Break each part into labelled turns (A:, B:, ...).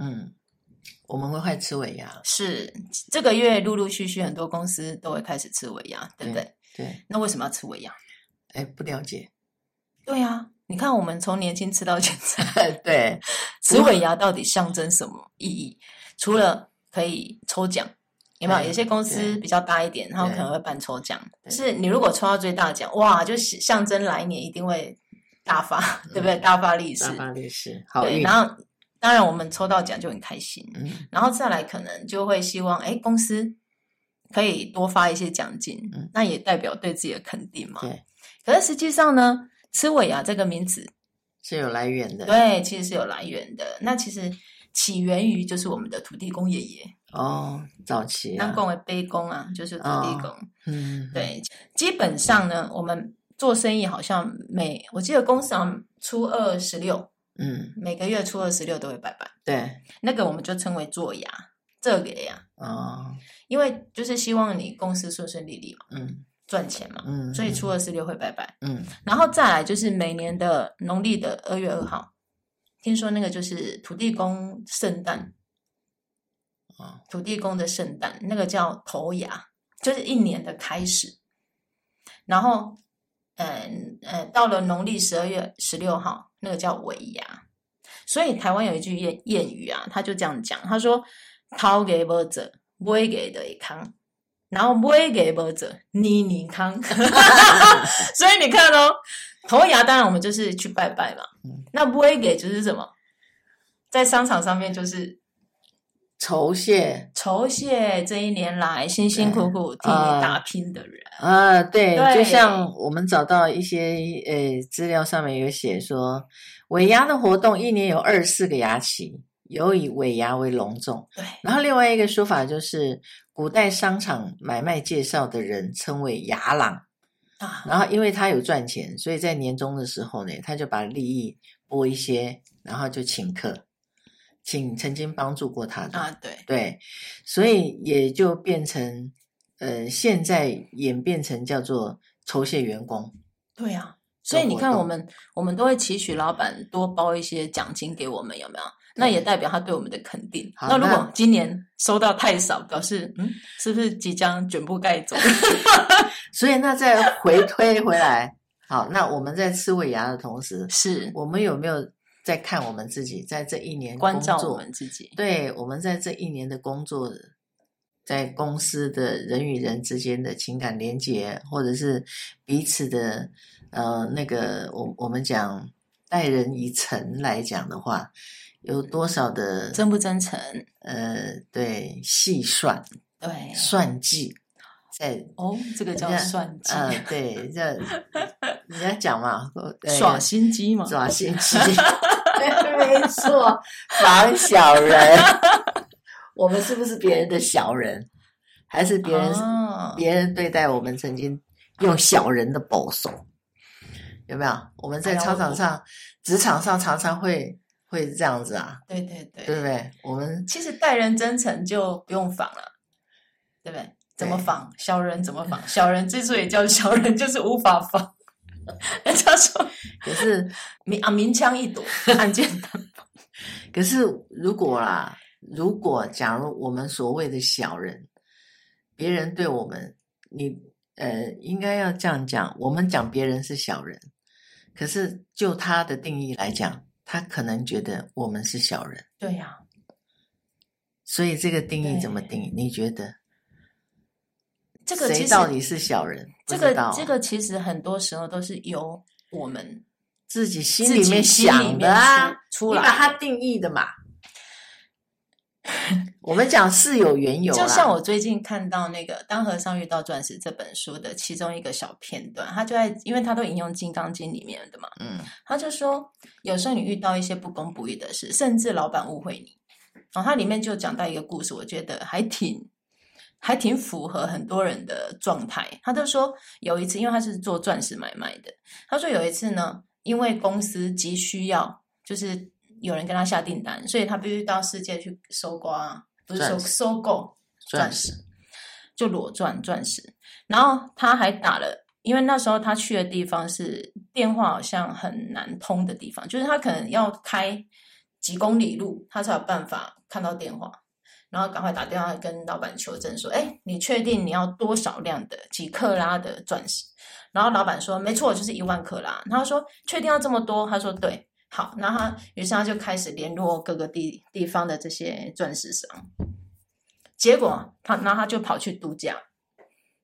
A: 嗯，我们会会吃尾牙，
B: 是这个月陆陆续续很多公司都会开始吃尾牙，对不对？
A: 对，
B: 那为什么要吃尾牙？
A: 哎，不了 解，
B: 对呀、啊，你看我们从年轻吃到现 在，
A: 对，
B: 吃尾牙到底象征什么意义？除了可以抽奖，有没有？
A: 对
B: 有些公司
A: 对
B: 比较大一点，他们
A: 对
B: 可能会办抽奖，
A: 对
B: 是你如果抽到最大奖，哇，就象征来年一定会大发， 对不对？大发利是
A: 嗯大，发律师，好
B: 对，
A: 运
B: 然，后当然我们抽到奖就很开心，
A: 嗯
B: 然后再来可能就会希望，哎，公司可以多发一些奖金，
A: 嗯
B: 那也代表对自己的肯定嘛。
A: 对。
B: 可是实际上呢，吃尾牙这个名字，
A: 是有来源的，
B: 对，其实是有来源的。那其实起源于就是我们的土地公爷爷，
A: 哦，早期
B: 当
A: 啊，
B: 公为杯公啊，就是土地
A: 哦
B: 公。
A: 嗯，
B: 对，基本上呢，我们做生意好像每，我记得公司好像初二十六，
A: 嗯，
B: 每个月初二十六都会拜拜。
A: 对，
B: 那个我们就称为做牙，这个牙，
A: 哦，
B: 因为就是希望你公司顺顺利利嘛，
A: 嗯
B: 赚钱嘛，
A: 嗯，
B: 所以初二十六会拜拜，
A: 嗯，
B: 然后再来就是每年的农历的二月二号，听说那个就是土地公圣诞，
A: 哦，
B: 土地公的圣诞，那个叫头牙，就是一年的开始，然后，嗯呃到了农历十二月十六号，那个叫尾牙，所以台湾有一句谚谚语啊，他就这样讲，他说：“掏给不者，不给的也康。”然后不给不者，你你康。 所以你看哦，头牙当然我们就是去拜拜嘛，
A: 嗯
B: 那不给就是什么，在商场上面就是
A: 酬谢
B: 酬谢这一年来辛辛苦苦替你
A: 呃
B: 打拼的人，
A: 啊，对，就
B: 对
A: 像我们找到一些呃资料上面有写说，尾牙的活动一年有二十四个牙期，尤以尾牙为隆重。
B: 对，
A: 然后另外一个说法就是，古代商场买卖介绍的人称为牙郎，
B: 啊，
A: 然后因为他有赚钱，所以在年终的时候呢，他就把利益拨一些，然后就请客，请曾经帮助过他的
B: 啊，对，
A: 对，所以也就变成，呃，现在演变成叫做酬谢员工。
B: 对啊，所以你看，
A: 活动
B: 我们我们都会期许老板多包一些奖金给我们，有没有？那也代表他对我们的肯定。
A: 好
B: 那如果
A: 那
B: 今年收到太少，表示嗯，是不是即将卷铺盖 走？
A: 所以那再 回推回来，好，那我们在吃尾牙的同时，
B: 是
A: 我们有没有在看我们自己在这一年
B: 关
A: 工
B: 照
A: 作
B: 我们自己。
A: 对，我们在这一年的工作，在公司的人与人之间的情感连结，或者是彼此的呃那个，我我们讲待人以诚来讲的话，有多少的
B: 真不真诚？
A: 呃对细算
B: 对，啊
A: 算计，在
B: 哦，这个叫
A: 人家
B: 算计，
A: 呃对这人家讲嘛，呃
B: 耍心机嘛。
A: 抓心 机，对，没错，防小 人。我们是不是别人的小人，还是别人、
B: 啊
A: 别人对待我们曾经用小人的保守？有没有？我们在
B: 哎呀
A: 操场
B: 我
A: 上、职场上常常会会这样子啊，
B: 对对对，
A: 对不对？我们
B: 其实待人真诚就不用仿了，对不对？怎么仿小人？怎么仿小人？之所以叫小人， 就是无法仿。人家 说
A: 可是
B: 明啊，明枪易躲，暗箭难防。
A: 可是如果啦，如果假如我们所谓的小人，别人对我们，你呃，应该要这样讲，我们讲别人是小人，可是就他的定义来讲，他可能觉得我们是小人，
B: 对呀、
A: 所以这个定义怎么
B: 对
A: 定义？你觉得
B: 这个其
A: 谁
B: 实
A: 到底是小人？不
B: 这
A: 知
B: 个
A: 道啊
B: 这个其实很多时候都是由我们
A: 自己心
B: 自
A: 里
B: 己
A: 面
B: 心里
A: 想
B: 面
A: 的啊，
B: 出出
A: 你把
B: 来。
A: 它定义的嘛。 我们讲事有缘由啦，
B: 就像我最近看到那个《当和尚遇到钻石》这本书的其中一个小片段，他就在，因为他都引用《金刚经》里面的嘛，
A: 嗯
B: 他就说，有时候你遇到一些不公不义的事，甚至老板误会你。然后它里面就讲到一个故事，我觉得还挺还挺符合很多人的状态。他就说有一次，因为他是做钻石买卖的，他说有一次呢，因为公司急需要，就是有人跟他下订单，所以他必须到世界去搜刮，不是收
A: 钻石
B: 收购钻
A: 钻
B: 石，就裸钻钻石。然后他还打了，因为那时候他去的地方是电话好像很难通的地方，就是他可能要开几公里路，他才有办法看到电话。然后赶快打电话跟老板求证说：“哎，你确定你要多少量的几克拉的钻石？”然后老板说：“没错，就是一万克拉。”他说：“确定要这么多？”他说：“对。”好，那他于是他就开始联络各个地地方的这些钻石商，结果他然后他就跑去度假，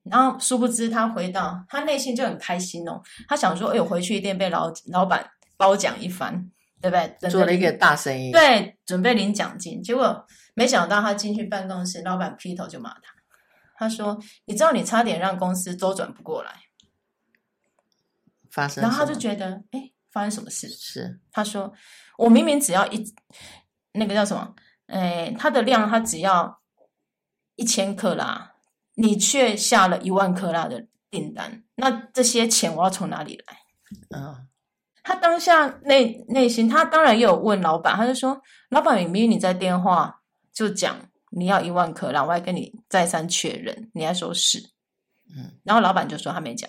B: 然后殊不知他回到他内心就很开心哦，他想说：“哎呦，回去一定被老老板褒奖一番，对不对？”
A: 做了一个大生意，
B: 对，准备领奖金，结果没想到他进去办公室，老板劈头就骂他，他说：“你知道你差点让公司周转不过来。
A: 发”生什
B: 然
A: 么，
B: 后他就觉得，哎，发生什么事？
A: 是
B: 他说：“我明明只要一那个叫什么，哎，它的量他只要一千克拉，你却下了一万克拉的订单，那这些钱我要从哪里来？”
A: 嗯，
B: 他当下内内心，他当然也有问老板，他就说：“老板，明明你在电话就讲你要一万克拉，我还跟你再三确认，你还说是。”
A: 嗯，
B: 然后老板就说他没讲，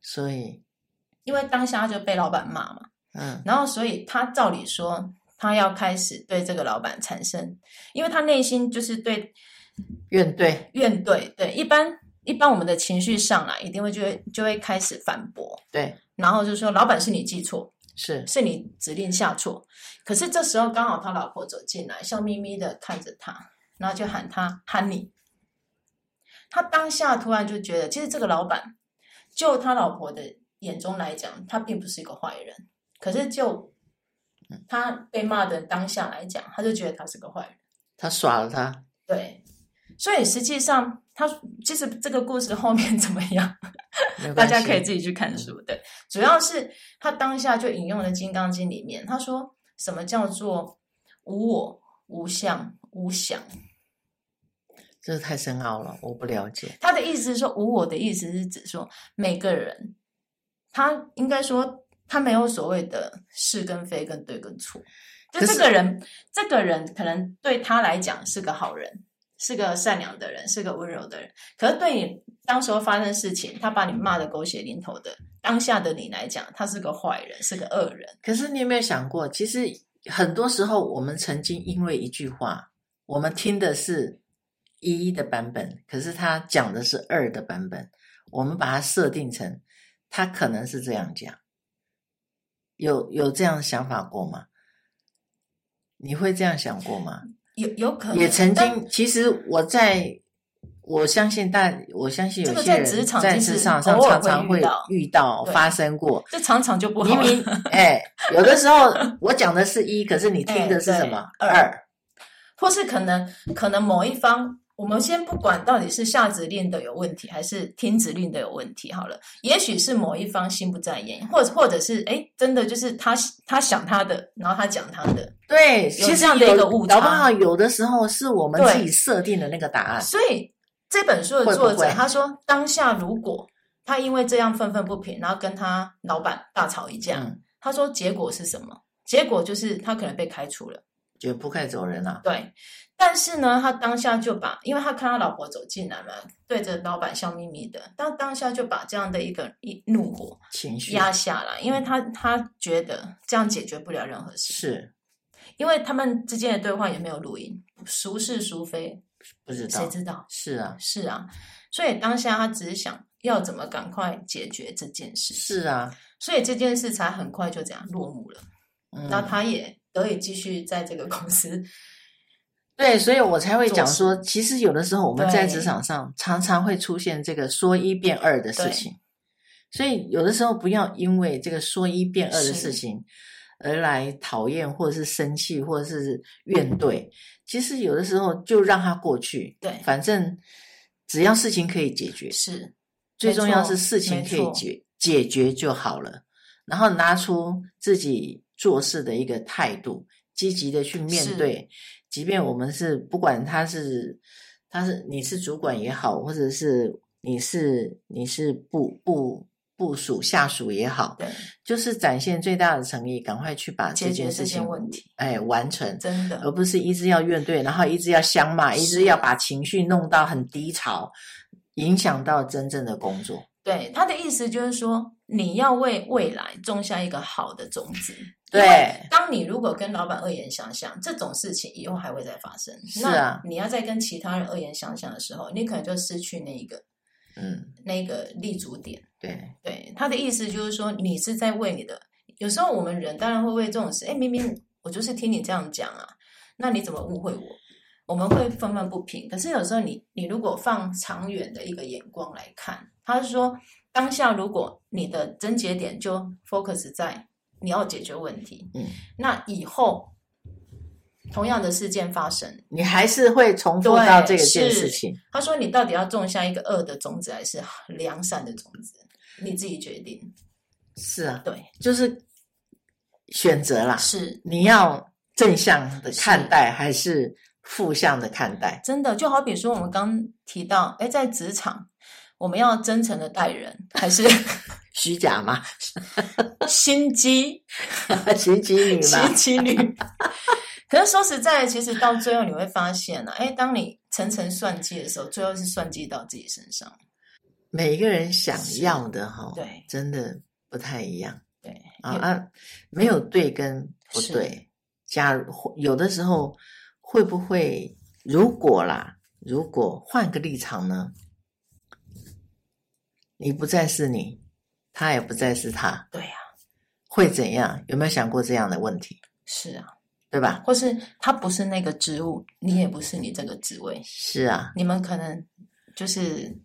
A: 所以
B: 因为当下他就被老板骂嘛，
A: 嗯
B: 然后所以他照理说他要开始对这个老板产生，因为他内心就是对
A: 怨怼，
B: 怨怼，对一般一般我们的情绪上啊来，一定会就会就会开始反驳，
A: 对，
B: 然后就说老板是你记错，
A: 是
B: 是你指令下错。可是这时候刚好他老婆走进来，笑眯眯的看着他，然后就喊他 “honey”。他当下突然就觉得，其实这个老板，就他老婆的眼中来讲，他并不是一个坏人。可是就他被骂的当下来讲，他就觉得他是个坏人。
A: 他耍了他，
B: 对，所以实际上他其实这个故事后面怎么样？
A: 没有
B: 大
A: 关
B: 家
A: 系嗯
B: 可以自己去看书。对，主要是他当下就引用了《金刚经》里面，他说什么叫做无我、无相、无想。
A: 这太深奥了，我不了解。
B: 他的意思是说，无我的意思是指说每个人，他应该说他没有所谓的是跟非、跟对跟错。就
A: 可
B: 这
A: 是
B: 个人，这个人可能对他来讲是个好人，是个善良的人，是个温柔的人。可是对你当时候发生事情，他把你骂的狗血淋头的，当下的你来讲，他是个坏人，是个恶人。
A: 可是你有没有想过，其实很多时候我们曾经因为一句话，我们听的是一的版本，可是他讲的是二的版本，我们把它设定成他可能是这样讲，有有这样想法过吗？你会这样想过吗？
B: 有有可能
A: 也曾
B: 嗯但
A: 经，其实我在我相信大，我相信
B: 这
A: 有
B: 个
A: 些
B: 在
A: 人
B: 职场
A: 在
B: 其实
A: 职场上
B: 偶尔
A: 常
B: 会遇
A: 常会
B: 到
A: 遇到
B: 对
A: 发生过，
B: 这常常就不好
A: 明
B: 了。
A: 明哎，有的 时候我讲的是一，可是你听的是什么
B: 哎对
A: 二？
B: 或是可能可能某一方，我们先不管到底是下指令的有问题，还是听指令的有问题，好了，也许是某一方心不在焉，或者或者是哎，真的就是他他想他的，然后他讲他的，
A: 对，
B: 有
A: 其
B: 这
A: 实
B: 样的一个误
A: 搞不
B: 差
A: 好有的时候是我们
B: 对
A: 自己设定的那个答案。
B: 所以这本书的
A: 啊会不
B: 作者
A: 会
B: 他说，当下如果他因为这样愤愤不平，然后跟他老板大吵一架，
A: 嗯，
B: 他说结果是什么？结果就是他可能被开除了。
A: 就不快走人了。
B: 对，但是呢，他当下就把，因为他看他老婆走进来嘛，对着老板笑眯眯的，当当下就把这样的一个一怒火
A: 情绪
B: 压下来，因为他他觉得这样解决不了任何事，
A: 是
B: 因为他们之间的对话也没有录音，孰是孰非
A: 不知
B: 谁
A: 道，
B: 知道？
A: 是啊，
B: 是啊，所以当下他只是想要怎么赶快解决这件事，
A: 是啊，
B: 所以这件事才很快就这样落幕了，
A: 嗯，
B: 那他也得以继续在这个公司
A: 对，所以我才会
B: 做
A: 讲
B: 事
A: 说，其实有的时候我们在
B: 对
A: 职场上常常会出现这个说一变二的事
B: 对
A: 情，所以有的时候不要因为这个说一变二的
B: 是
A: 事情而来讨厌或者是生气或者是怨怼。其实有的时候就让它过去，
B: 对
A: 反正只要事情可以解决，
B: 是
A: 最
B: 没
A: 重要
B: 错
A: 是事情
B: 没
A: 可以
B: 错
A: 解解决就好了，然后拿出自己做事的一个态度，积极的去面
B: 是
A: 对，即便我们是不管他是他是你是主管也好，或者是你是你是部部部属下属也好，
B: 对，
A: 就是展现最大的诚意，赶快去把
B: 解
A: 这
B: 决
A: 件
B: 这
A: 事
B: 些
A: 情嗯
B: 问题，
A: 哎完成，
B: 真的
A: 而不是一直要怨对，然后一直要相骂，一
B: 是
A: 直要把情绪弄到很低潮，影响到真正的工作。
B: 对他的意思就是说，你要为未来种下一个好的种子。
A: 对，
B: 当你如果跟老板恶言相向，这种事情以后还会再发生。
A: 是啊
B: 那你要再跟其他人恶言相向的时候，你可能就失去那一个
A: 嗯，
B: 那个立足点。
A: 对，
B: 对，他的意思就是说，你是在为你的。有时候我们人当然会为这种事，哎，明明我就是听你这样讲啊，那你怎么误会我？我们会愤愤不平。可是有时候你，你如果放长远的一个眼光来看，他是说，当下如果你的症结点就 focus 在你要解决问题，
A: 嗯，
B: 那以后同样的事件发生，
A: 你还是会重复
B: 对
A: 到这个件
B: 是
A: 事情。
B: 他说你到底要种下一个恶的种子，还是良善的种子，你自己决定。
A: 是啊，
B: 对，
A: 就是选择啦，
B: 是
A: 你要正向的
B: 是
A: 看待还是负向的看待？
B: 真的，就好比说我们刚提到，哎，在职场，我们要真诚的待人，还 是
A: 虚假嘛，
B: 心机
A: 心机女嘛
B: 心，机女？ 可是说实在，其实到最后你会发现呢、啊，哎，当你层层算计的时候，最后是算计到自己身上。
A: 每一个人想
B: 是
A: 要的哈、
B: 对
A: 真的不太一样
B: 对，
A: 啊
B: 也嗯
A: 啊，没有对跟不
B: 是
A: 对，假如有的时候会不会如果啦，如果换个立场呢？你不再是你，他也不再是他，
B: 对呀、
A: 会怎样？有没有想过这样的问题？
B: 是啊，
A: 对吧？
B: 或是他不是那个职务，你也不是你这个职位，
A: 是啊，
B: 你们可能就是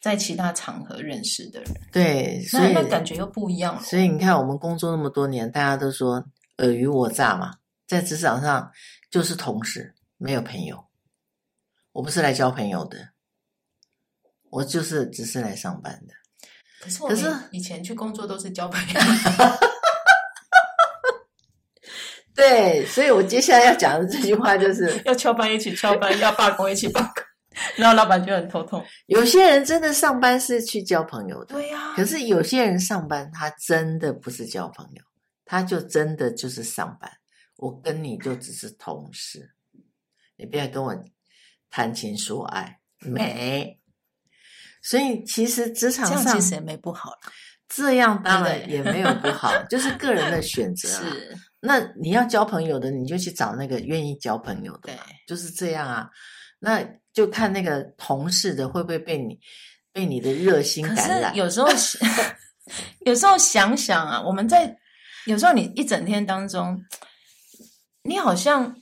B: 在其他场合认识的人，
A: 对，所
B: 那
A: 以
B: 那感觉又不一样了。
A: 所以你看，我们工作那么多年，大家都说尔虞我诈嘛，在职场上就是同事，没有朋友。我不是来交朋友的，我就是只是来上班的。
B: 可是我
A: 可
B: 们
A: 是
B: 以前去工作都是交朋友。
A: 对，所以我接下来要讲的这句话就是，
B: 要翘班一起翘班，要罢工一起罢工，然后老板就很头痛。
A: 有些人真的上班是去交朋友的，
B: 对呀、
A: 可是有些人上班他真的不是交朋友，他就真的就是上班。我跟你就只是同事，你不要跟我谈情说爱，没。所以其实职场
B: 这样
A: 上
B: 其实也没不好啦。
A: 这样当
B: 对
A: 然
B: 不对
A: 也没有不 好，就是个人的选择啦。
B: 是，
A: 那你要交朋友的，你就去找那个愿意交朋友的
B: 对
A: 嘛，就是这样啊。那就看那个同事的会不会被你被你的热心
B: 可
A: 感
B: 是
A: 染。
B: 有时候， 有时候想想啊，我们在有时候你一整天当中，你好像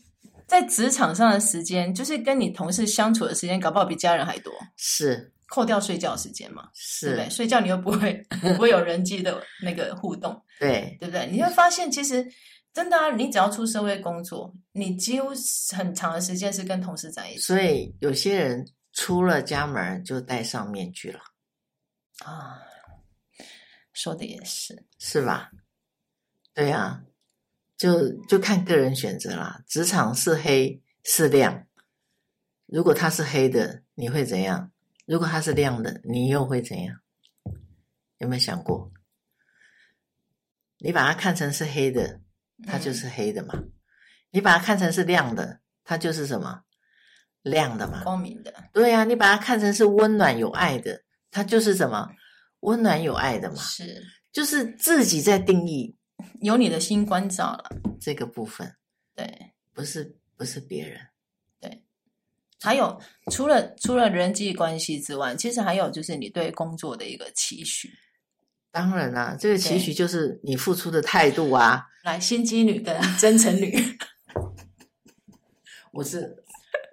B: 在职场上的时间，就是跟你同事相处的时间，搞不好比家人还多。
A: 是
B: 扣掉睡觉时间嘛，对
A: 是
B: 不，对？睡觉你又不 会不会有人际的那个互动，
A: 对
B: 对不对？你会发现，其实真的啊，你只要出社会工作，你几乎很长的时间是跟同事在一起
A: 所以有些人出了家门儿就戴上面具了，
B: 啊。说的也是，
A: 是吧？对啊，就就看个人选择啦。职场是黑是亮，如果它是黑的，你会怎样？如果它是亮的，你又会怎样？有没有想过？你把它看成是黑的，它就
B: 嗯
A: 是黑的嘛；你把它看成是亮的，它就是什么亮的嘛。
B: 嗯光明的，
A: 对啊呀、你把它看成是温暖有爱的，它就是什么温暖有爱的嘛，
B: 是
A: 就是自己在定义
B: 有你的新关照了。
A: 这个部分，
B: 对，
A: 不是不是别人。
B: 还有除了除了人际关系之外，其实还有就是你对工作的一个期许。
A: 当然啦、这个期
B: 对
A: 许就是你付出的态度 啊。
B: 来，心机女跟真诚女，
A: 我是，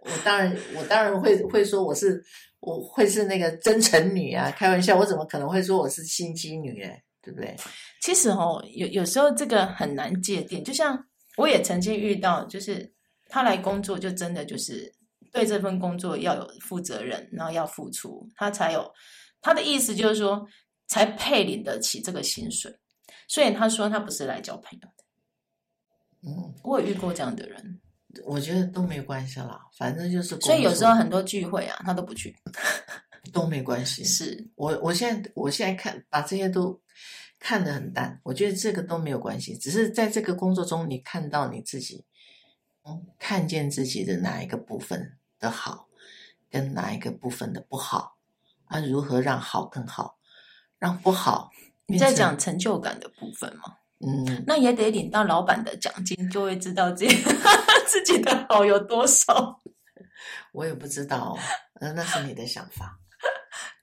A: 我当然，我当然会会说我是，我会是那个真诚女啊，开玩笑，我怎么可能会说我是心机女嘞？对不对？
B: 其实哦，有有时候这个很难界定。就像我也曾经遇到，就是他来工作，就真的就是对这份工作要有负责任，然后要付出，他才有他的意思就是说才配领得起这个薪水。所以他说他不是来交朋友的，
A: 嗯，
B: 我有遇过这样的人，
A: 我觉得都没关系啦，反正就是
B: 所以有时
A: 候
B: 候很多聚会啊，他都不去。
A: 都没关系。
B: 是，
A: 我我现在我现在看把这些都看得很淡，我觉得这个都没有关系，只是在这个工作中你看到你自己，嗯，看见自己的哪一个部分的好，跟哪一个部分的不好，啊，如何让好更好，让不 好
B: 你
A: 变成
B: 在讲成就感的部分嘛，
A: 嗯，
B: 那也得领到老板的奖金，就会知道自己 自己的好有多少。
A: 我也不知道、哦，呃，那是你的想法，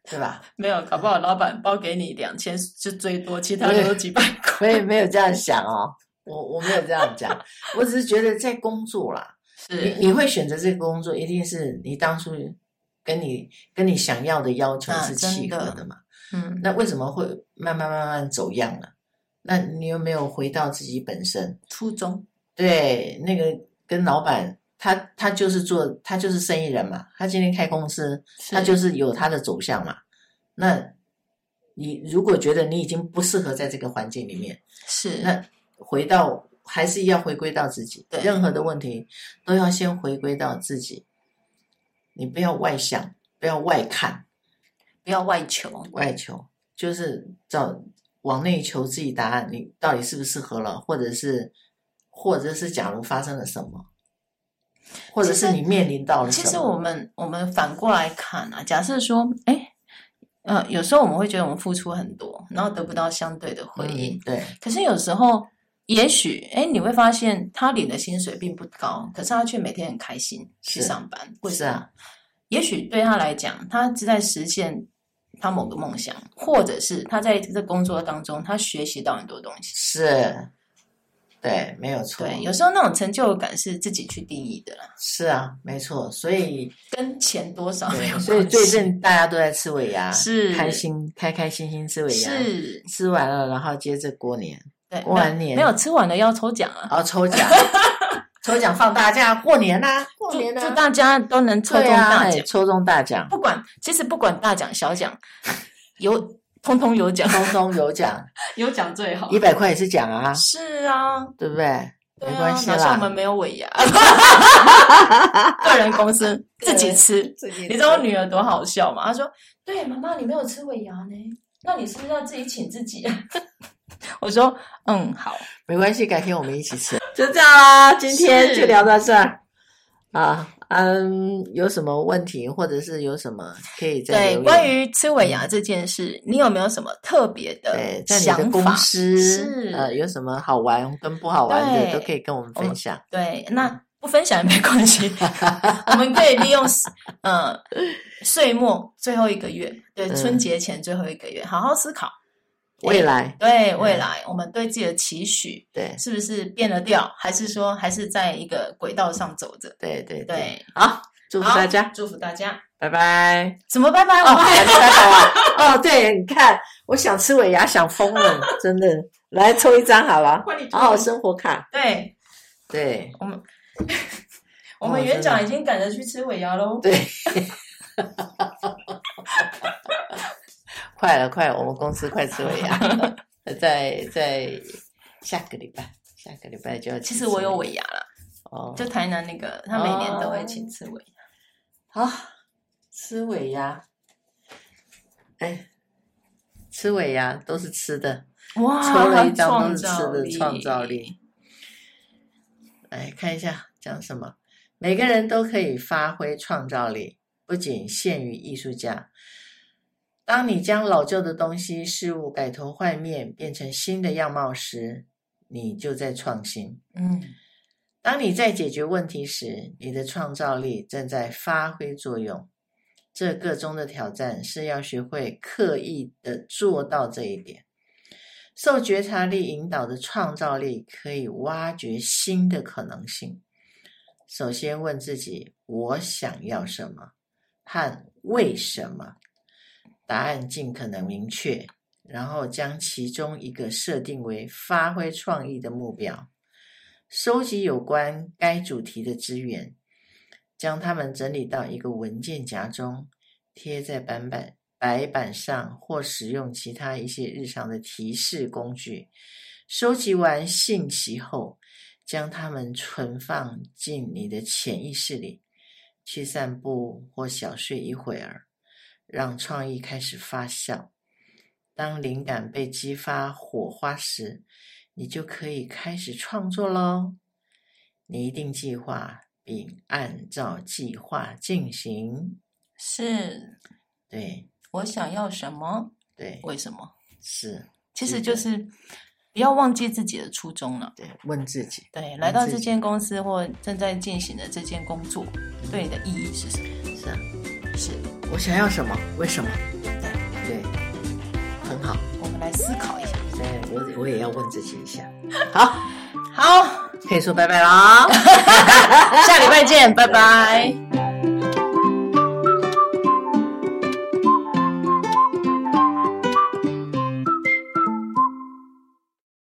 A: 对吧？
B: 没有，搞不好老板包给你两千是最多，其他的都几百块。
A: 我也没有这样想哦，我我没有这样讲，我只是觉得在工作啦。你
B: 是，
A: 你会选择这个工作，一定是你当初跟你跟你想要的要求
B: 啊
A: 是契
B: 真
A: 合
B: 的
A: 的嘛？
B: 嗯，
A: 那为什么会慢慢慢慢走样了？那你有没有回到自己本身？
B: 初衷
A: 对，那个跟老板，他他就是做他就是生意人嘛，他今天开公司，
B: 是
A: 他就是有他的走向嘛。那你如果觉得你已经不适合在这个环境里面，
B: 是
A: 那回到还是要回归到自己，
B: 对
A: 任何的问题都要先回归到自己。你不要外想，不要外看、
B: 不要外求。
A: 外求，就是找往内求自己答案，你到底适不适合了，或者是，或者是假如发生了什么，或者
B: 其
A: 是
B: 实
A: 你面临到了什
B: 其
A: 么，嗯
B: 实我们我们反过来看啊，假设说，哎，呃，有时候我们会觉得我们付出很多，然后得不到相对的回应。
A: 嗯对
B: 可是有时候，也许，哎，你会发现他领的薪水并不高，可是他却每天很开心去
A: 是
B: 上班。为
A: 是
B: 什么
A: 啊，
B: 也许对他来讲，他是在实现他某个梦想，或者是他在这工作当中，他学习到很多东西。
A: 是，对，没有错，
B: 对，有时候那种成就感是自己去定义的啦，
A: 是啊，没错，所以。
B: 跟钱多少哦没有
A: 对，
B: 关系。
A: 所以最近大家都在吃尾牙，
B: 是
A: 开心开开心心吃尾牙，
B: 是
A: 吃完了，然后接着过年，
B: 对，
A: 啊过完
B: 没有
A: 年
B: 没有吃完的要抽奖啊，
A: 然后抽奖， 抽奖放大假，过年啦、过
B: 祝
A: 年啦、
B: 祝大家都能抽中
A: 对啊
B: 大
A: 哎
B: 奖，
A: 抽中大奖，
B: 不管其实不管大奖小奖，有通通有奖，
A: 通通有奖，
B: 有奖最 好
A: 一百块也是奖啊，
B: 是啊，
A: 对不对？
B: 对
A: 没
B: 啊
A: 关系
B: 哪像我
A: 啦，
B: 们没有尾牙， 个人公司自己吃。你知道我女儿多好笑吗？她说：“对，妈妈，你没有吃尾牙呢，那你是不是要自己请自己、啊？” 我说：“嗯，好。
A: 没关系，改天我们一起 吃，就这样
B: 啊
A: 啦，今天
B: 是
A: 就聊到这儿。啊，嗯，有什么问题或者是有什么可以”再
B: 对
A: 留，言
B: 关于吃尾牙这件事，你有没有什么特别
A: 对
B: 的，
A: 在你的
B: 呃想
A: 公
B: 法？
A: 司
B: 是
A: 呃有什么好玩跟不好玩的
B: 对
A: 都可以跟我们分享。
B: 对，那不分享也没关系，我们可以利用呃岁末最后一个月，对
A: 嗯
B: 春节前最后一个月，好好思考
A: 未来
B: 对未
A: 嗯
B: 来我们对自己的期许
A: 对
B: 是不是变了调，还是说还是在一个轨道上走着？
A: 对对对，
B: 对，
A: 好，祝福
B: 好
A: 大家，
B: 祝福大家！
A: 拜 拜。
B: 怎么拜拜？我
A: 哦，
B: 们还
A: 拜拜啊！哦，对，你看，我想吃尾牙，想疯了，真的。来抽一张 好了，
B: 换你
A: 好好生活卡。
B: 对
A: 对
B: 我 们，我
A: 哦
B: 们
A: 真
B: 园长
A: 的
B: 已经赶着去吃尾牙喽。
A: 对， 快了快了，我们公司快吃尾牙， 在在下个礼拜，下个礼拜就要
B: 其
A: 请吃
B: 实
A: 牙。
B: 我有尾牙了，
A: 哦，
B: 就台南那个，他每年都会请吃尾牙。
A: 好，吃尾牙，哎，吃尾牙都是吃的，
B: 哇，
A: 抽了一张
B: 啊创
A: 都是吃
B: 造
A: 的，
B: 力
A: 创造。力。来看一下讲什么，每个人都可以发挥创造力，不仅限于艺术家。当你将老旧的东西、事物改头换面，变成新的样貌时，你就在创新。
B: 嗯，
A: 当你在解决问题时，你的创造力正在发挥作用。这个中的挑战是要学会刻意的做到这一点。受觉察力引导的创造力可以挖掘新的可能性。首先问自己：我想要什么，和为什么？答案尽可能明确，然后将其中一个设定为发挥创意的目标。收集有关该主题的资源，将它们整理到一个文件夹中，贴在板板白板上，或使用其他一些日常的提示工具。收集完信息后，将它们存放进你的潜意识里，去散步或小睡一会儿，让创意开始发酵。当灵感被激发火花时，你就可以开始创作喽。拟定计划并按照计划进行。
B: 是
A: 对
B: 我想要什么？
A: 对，
B: 为什么？
A: 是
B: 其
A: 是
B: 实
A: 的
B: 就是不要忘记自己的初衷了。
A: 对，问自己。
B: 对，来到
A: 自
B: 这
A: 己
B: 间公司或正在进行的这件工作，
A: 嗯
B: 对你的意义是什么？
A: 是啊，
B: 是，
A: 我想要什么？为什么？
B: 对，
A: 对，很好。
B: 我们来思考一下。
A: 所以我我也要问自己一下，
B: 好，
A: 可以说拜拜了啊。
B: 下礼拜见，拜拜。